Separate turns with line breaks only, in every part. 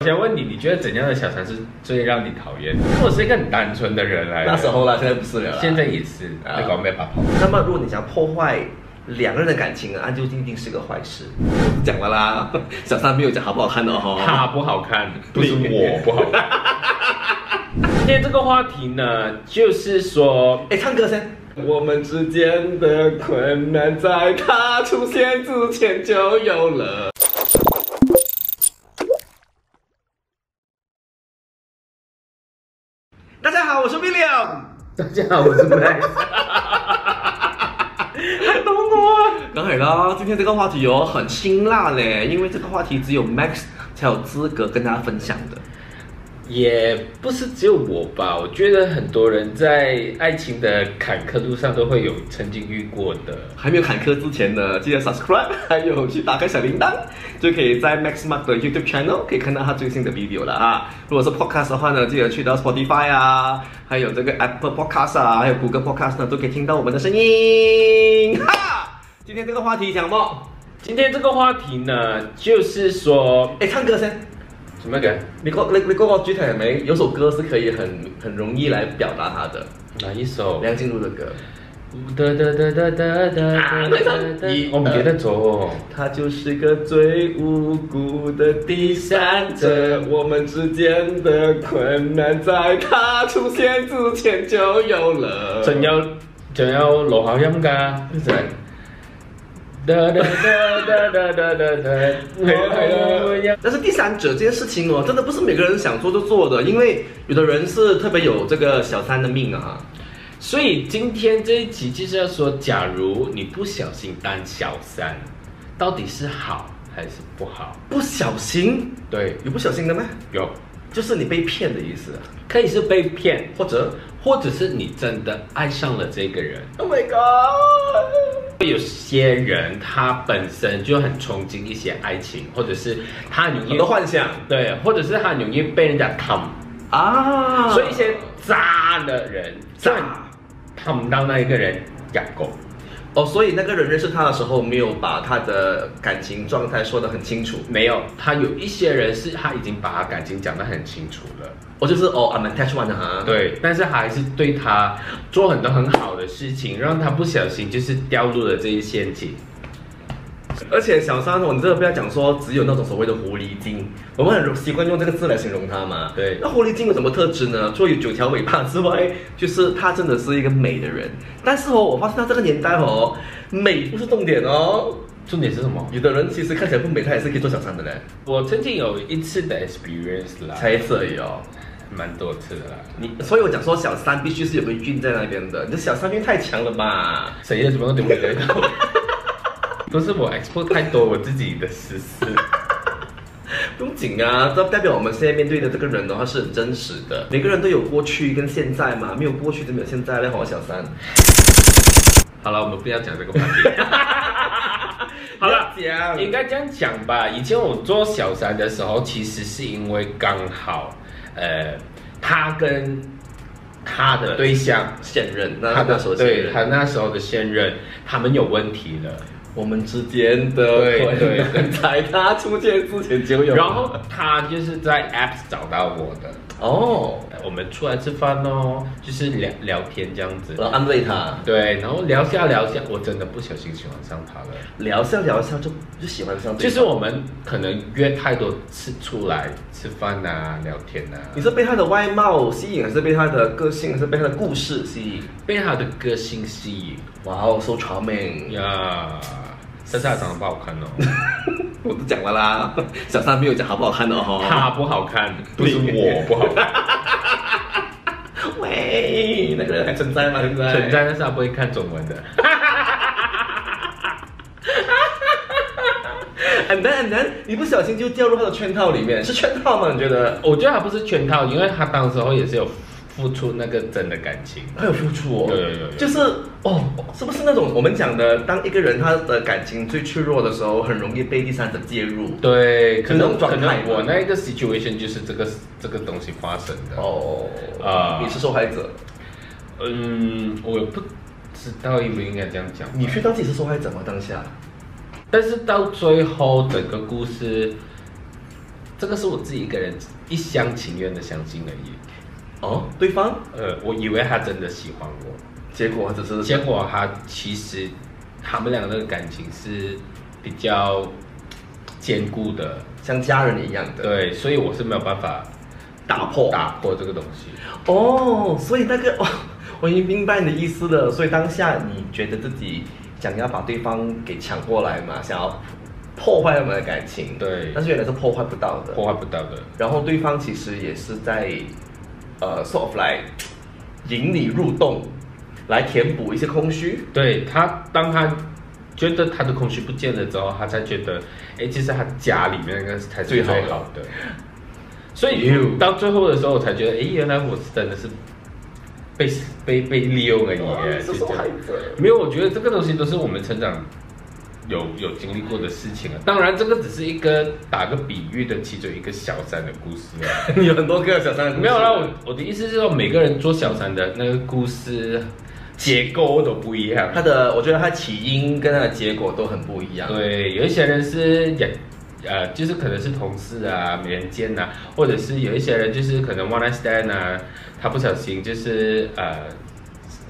我想问你，你觉得怎样的小城市最让你讨厌？因为我是一个很单纯的人
哎
来的，
那时候啦，现在不是了啦。
现在也是，呃
啊
那个没办法。
那么如果你想破坏两个人的感情啊，那就一定是个坏事。我都讲了啦， 小三没有讲好不好看的哦。
他不好看，不是我不好看。 今天这个话题呢，就是说
哎，唱歌先。
我们之间的困难，在他出现之前就有了。
大家好，我是 William。
大家好，我是 Max。
懂我？ 当然啦，今天这个话题哦很辛辣嘞，因为这个话题只有 Max 才有资格跟大家分享的。
也不是只有我吧，我觉得很多人在爱情的坎坷路上都会有曾经遇过的。
还没有坎坷之前呢，记得 subscribe，还 有去打开小铃铛，就可以在 Max Mark 的 YouTube channel 可以看到他最新的 video 了啊。如果是 podcast 的话呢，记得去到 Spotify 啊，还有这个 Apple Podcast 啊，还有 Google Podcast 呢，都可以听到我们的声音。哈，今天这个话题讲么？
今天这个话题呢，就是说
哎，唱歌先。
什么梗？
你过你你过我举腿没？有首歌是可以很很容易来表达它的，
哪一首？
梁静茹的歌，
哒哒哒哒哒
啊
哒
那个
哒！
一
哦我们觉得走。
她就是个最无辜的第三者。
我们之间的困难，在他出现之前就有了。
仲有仲有盧口音㗎。
真係
得得得得得得得得，嗯係啦。
但是第三者这件事情哦，真的不是每个人想做就做的，因为有的人是特别有这个小三的命啊。
所以今天这一集就是要说，假如你不小心当小三，到底是好还是不好？
不小心
对，
有不小心的吗？
有
就是你被骗的意思啊，
可以是被骗，
或者
或者是你真的爱上了这个人。
Oh my God，
有些人他本身就很憧憬一些爱情，或者是他很容
很
易
多幻想
对，或者是他很容易被人家捅。
啊，
所以一些渣的人，渣
渣
碰到那一个人养狗，
哦，所以那个人认识他的时候没有把他的感情状态说得很清楚，
没有，他有一些人是他已经把他感情讲得很清楚了，
我就是哦，I'm attached one 啊，，
对，但是他还是对他做很多很好的事情，让他不小心就是掉入了这一陷阱。
而且小三，我们真的不要讲说只有那种所谓的狐狸精，我们很习惯用这个字来形容它嘛。
对
那狐狸精有什么特质呢？除了有九条尾巴之外，就是它真的是一个美的人。但是哦，我发现到这个年代哦，美不是重点哦。
重点是什么？
有的人其实看起来不美，他也是可以做小三的嘞，
我曾经有一次的 experience 啦，
才一次而已哦。
蛮多次的啦。
你，所以我讲说小三必须是有个运在那边的，你的小三运太强了吧？
谁的什么都没得到， 都是我 export 太多我自己的私事。
不用紧啊，这代表我们现在面对的这个人的话是很真实的。每个人都有过去跟现在嘛，没有过去就没有现在嘞，好小三。
好了，我们不要讲这个话 题。好了，
讲
应该这样讲吧。以前我做小三的时候，其实是因为刚好，呃，他跟他的对象，
现任，那
他
他
的
那时候现
对他
任，
那时候的现任，他们有问题了。
我们之间的
对
困
对
难在他出现之前就有了。啊
然后他就是在 Apps 找到我的，
哦，
呃我们出来吃饭哦，就是聊聊天这样子。
然后安慰他，
对，然后聊下聊下，我真的不小心喜欢上他了。
聊笑聊笑就就喜欢上对方。
就是我们可能约太多次出来吃饭啊、聊天啊，
你是被他的外貌吸引，还是被他的个性，还是被他的故事吸引？
被他的个性吸引
哇哦，so charming！
呀。但是他长得不好看哦，
我都讲了啦，小三没有讲好不好看的哦。
他不好看，不是我不 好看，
喂，那个人还存在吗？现在
存在，但是他不会看中文的。
很难很难，你不小心就掉入他的圈套里面，是圈套吗？你觉得？
我觉得他不是圈套，因为他当时候也是有付出那个真的感情。
他有付出哦，
有有有有
就是哦，是不是那种我们讲的，当一个人他的感情最脆弱的时候，很容易被第三者介入？
对，可
那
能
种状
可
态
能
嘛
我那个 situation 就是这个这个东西发生的。
哦，
啊
你是受害者，
嗯，我也不知道应不应该这样讲。
你确定自己是受害者吗？当下
但是到最后整个故事，这个是我自己一个人一厢情愿的相信而已。
哦，对方，
呃，我以为他真的喜欢我，
结果只是
结果他其实他们两个的感情是比较坚固的，
像家人一样的
对，所以我是没有办法
打破。
打破这个东西。
哦，所以那个， 哦、我已经明白你的意思了。所以当下你觉得自己想要把对方给抢过来嘛，想要破坏他们的感情，
对
但是原来是破坏不到的。
破坏不到的。
然后对方其实也是在，呃，sort of 来引你入洞，来填补一些空虚。
对他，当他觉得他的空虚不见了之后，他才觉得，哎，其实他家里面那个才是
最
最
好的
好的。所以
You
到最后的时候，我才觉得，哎，原来我是真的是被被被利用而已
哇
耶。
是
就
受
这样
害者。
没有，我觉得这个东西都是我们成长有有经历过的事情啊。当然，这个只是一个打个比喻的其中一个小三的故事啊。
你 有很多个小三的故事
没有啦， 我我的意思是说，每个人做小三的那个故事结构都不一样。
他的，我觉得他起因跟他的结果都很不一样。
对，有一些人是也，呃，就是可能是同事啊、没人见啊，或者是有一些人就是可能 one night stand 啊，他不小心就是呃，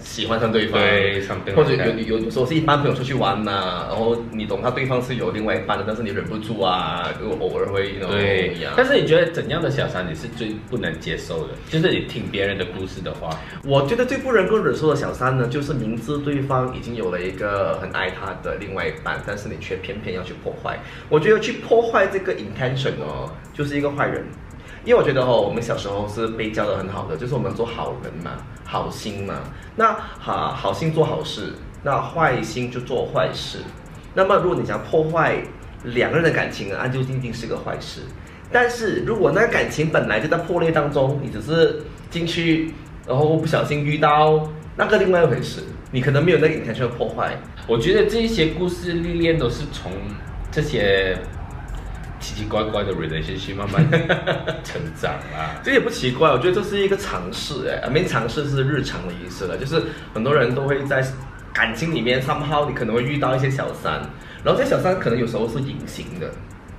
喜欢上对方，
对，something
或者
like
有
that
有有时候是一般朋友出去玩呐、然后你懂他对方是有另外一半的，但是你忍不住啊，就偶尔会那种
对
一样。。
但
但是
是你觉得怎样的小三你是最不能接受的？就是你听别人的故事的话，
我觉得最不能够忍受的小三呢，就是明知对方已经有了一个很爱他的另外一半，但是你却偏偏要去破坏。我觉得去破坏这个 intention 哦，就是一个坏人。因为我觉得哦，我们小时候是被教的很好的，就是我们做好人嘛，好心嘛。那好、啊、好心做好事，那坏心就做坏事。那么如果你想破坏两个人的感情啊，那就一定是个坏事。但是如果那个感情本来就在破裂当中，你只是进去，然后不小心遇到，那个另外一回事，你可能没有那个 intention 的破坏。
我觉得这一些故事历练都是从这些奇奇怪怪的 relationship 慢慢 成长啦。
这也不奇怪，我觉得这是一个尝试，哎，没尝试是日常的意思了。就是很多人都会在感情里面，somehow 你可能会遇到一些小三，然后这些小三可能有时候是隐形的。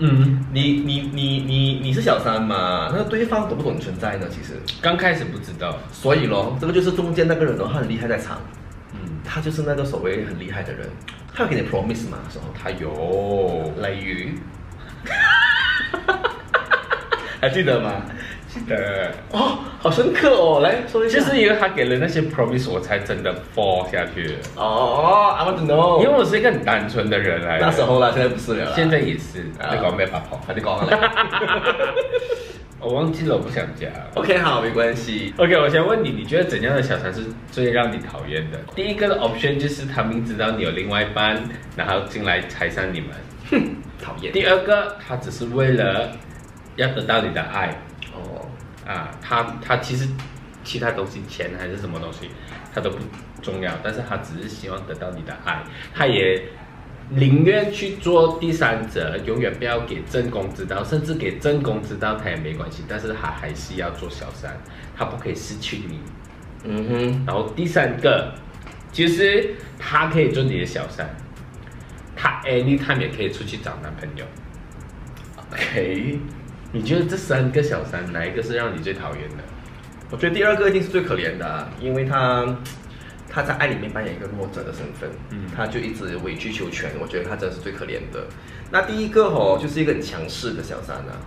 嗯，
你你你你你是小三嘛？那对方懂不懂你存在呢？其实，
刚开始不知道，
所以咯，这个就是中间那个人哦，他很厉害在藏，
嗯，
他就是那个所谓很厉害的人，他有给你 promise 嘛，哦时候
他有。
他例 如，还记得吗？
记得，
哦，好深刻哦，来说一下。
就是因为他给了那些 promise，我才真的 fall 下去。
哦，I want to know，
因为我是一个很单纯的人来的，
那时候啦，现在不是了啦。
现在也是，
啊
那个没 办法，
快点讲了。
哦我忘记了，我不想讲。
OK，好，没关系。
OK，我先问你，你觉得怎样的小三是最让你讨厌的？第一个的 option 就是他明知道你有另外一半，然后进来拆散你们；
讨厌。
第二个，他只是为了要得到你的爱
哦，
啊，他他其实其他东西，钱还是什么东西，他都不重要，但是他只是希望得到你的爱，他也宁愿去做第三者，永远不要给正宫知道，甚至给正宫知道他也没关系，但是他还是要做小三，他不可以失去你。
嗯哼，
然后第三个就是他可以做你的小三，他 anytime 也可以出去找男朋友。
OK。
你觉得这三个小三哪一个是让你最讨厌的？
我觉得第二个一定是最可怜的啊、因为他他在爱里面扮演一个弱者的身份，
嗯
他就一直委曲求全，我觉得他真的是最可怜的。那第一个哦，就是一个很强势的小三啊，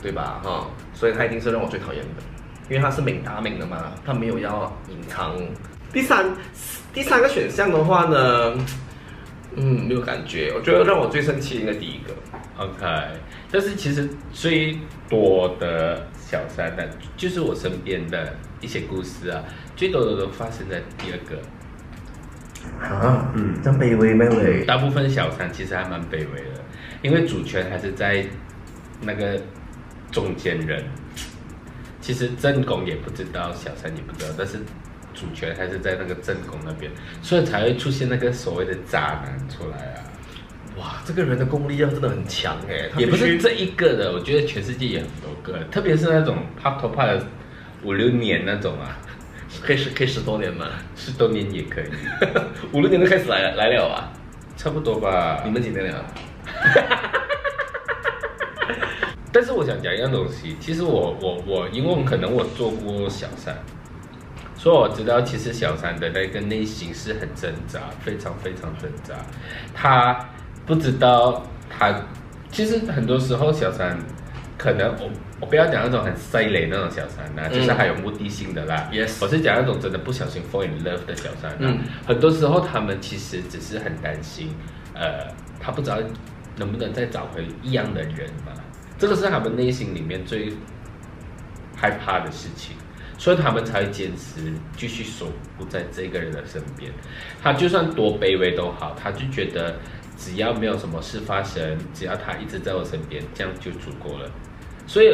对吧？哈、所以他一定是让我最讨厌的，因为他是明打明的嘛，他没有要隐藏。第三第三个选项的话呢，嗯，没有感觉。我觉得让我最生气应该第一个，
OK，但是其实最多的小三呢，就是我身边的一些故事啊，最多的都发生在第二个。
啊，
嗯
这样卑微卑微，
大部分小三其实还蛮卑微的，因为主权还是在那个中间人。其实正宫也不知道，小三也不知道，但是主权还是在那个正宫那边，所以才会出现那个所谓的渣男出来啊。
哇，这个人的功力要真的很强哎，他
也不
必须
是这一个的，我觉得全世界也很多个，特别是那种怕头怕了五六年那种啊，
可以十可以十多年嘛，
十多年也 可以，
五六年就开始来来了啊！
差不多吧
你。们几年了？
但是我想讲一样东西，其实我我我，因为我可能我做过小三，所以我知道其实小三的那个内心是很挣扎，非常非常挣扎。他不知道他，其实很多时候小三可能我我不要讲那种很塞雷那种小三啦、就是
嗯
还有目的性的啦。
Yes
我是讲那种真的不小心 fall in love 的小三啦、
嗯
很多时候他们其实只是很担心，呃，他不知道能不能再找回一样的人嘛，这个是他们内心里面最害怕的事情，所以他们才会坚持继续守护在这个人的身边。他就算多卑微都好，他就觉得只要没有什么事发生，只要他一直在我身边，这样就足够了。所以，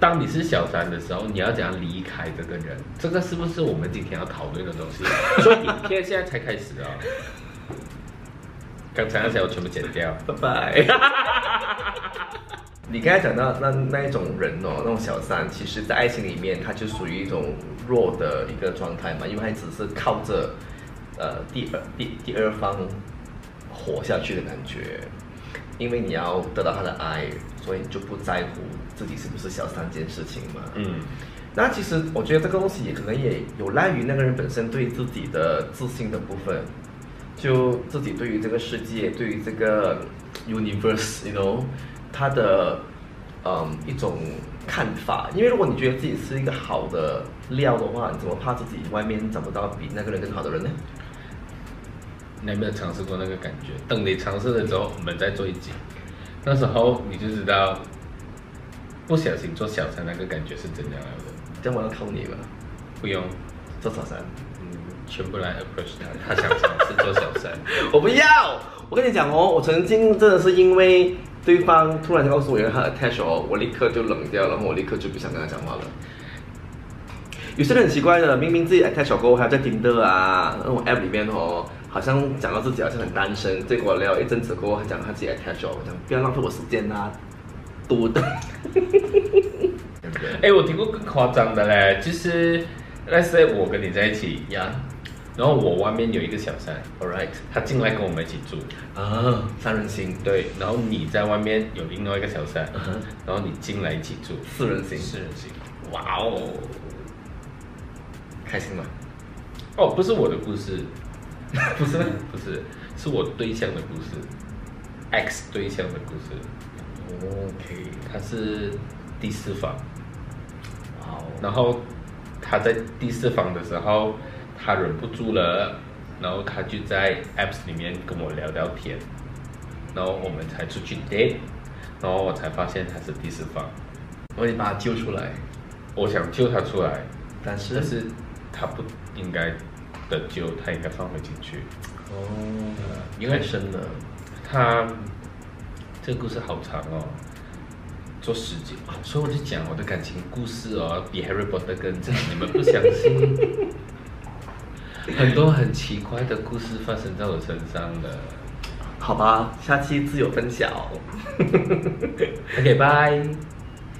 当你是小三的时候，你要怎样离开这个人？这个是不是我们今天要讨论的东 西？所以影片现在才开始哦。刚才那些我全部剪掉。
拜拜。 你刚才讲到那那一种人哦，那种小三，其实，在爱情里面，他就属于一种弱的一个状态嘛，因为他只是靠着呃第二第第二方活下去的感觉。因为你要得到他的爱，所以你就不在乎自己是不是小三这件事情嘛。
嗯，
那其实我觉得这个东西也可能也有赖于那个人本身对自己的自信的部分，就自己对于这个世界，对于这个 universe，you know，他的嗯一种看法。因为如果你觉得自己是一个好的料的话，你怎么怕自己外面找不到比那个人更好的人呢？
你有没有尝试过那个感觉？等你尝试了之后，我们再做一集，那时候你就知道，不小心做小三那个感觉是怎样来的。
这样我要靠你了，
不用，
做早餐。
嗯，全部来 approach 他，他想尝试做小三。
我不要！我跟你讲哦，我曾经真的是因为对方突然告诉我有他的 attach 哦，我立刻就冷掉，然后我立刻就不想跟他讲话了。有些人很奇怪的，明明自己 attach 了过后，还要在 Tinder 啊那种 app 里面哦，好像讲到自己好像很单身，结果聊一阵子过后，还讲他自己 attach 哦，我讲不要浪费我时间啦、啊，读的。 对不对
哎、我听过更夸张的嘞，就是那是我跟你在一起，
呀
然后我外面有一个小三，
，alright，
他进来跟我们一起住，
啊，三人行，
对，然后你在外面有另外一个小三，
嗯哼
然后你进来一起住，
四人行，
是是，哇哦，
开心吗？
哦，不是我的故事， 不是不是，是我对象的故事，X 对象的故事，
OK，
他是第四方，
哇哦。
然后他在第四房的时候，他忍不住了，然后他就在 apps 里面跟我聊聊天，然后我们才出去 date，然后我才发现他是第四房，
我得把他揪出来，
我想救他出来，
但
但
是
是他不应该的救，他应该放回进去，
哦，
因为
深了，
他这个故事好长哦。做十几，所以我就讲我的感情故事哦，比 Harry Potter 更长，你们不相信。很多很奇怪的故事发生在我身上的。
好吧，下期自有分晓。
OK，拜。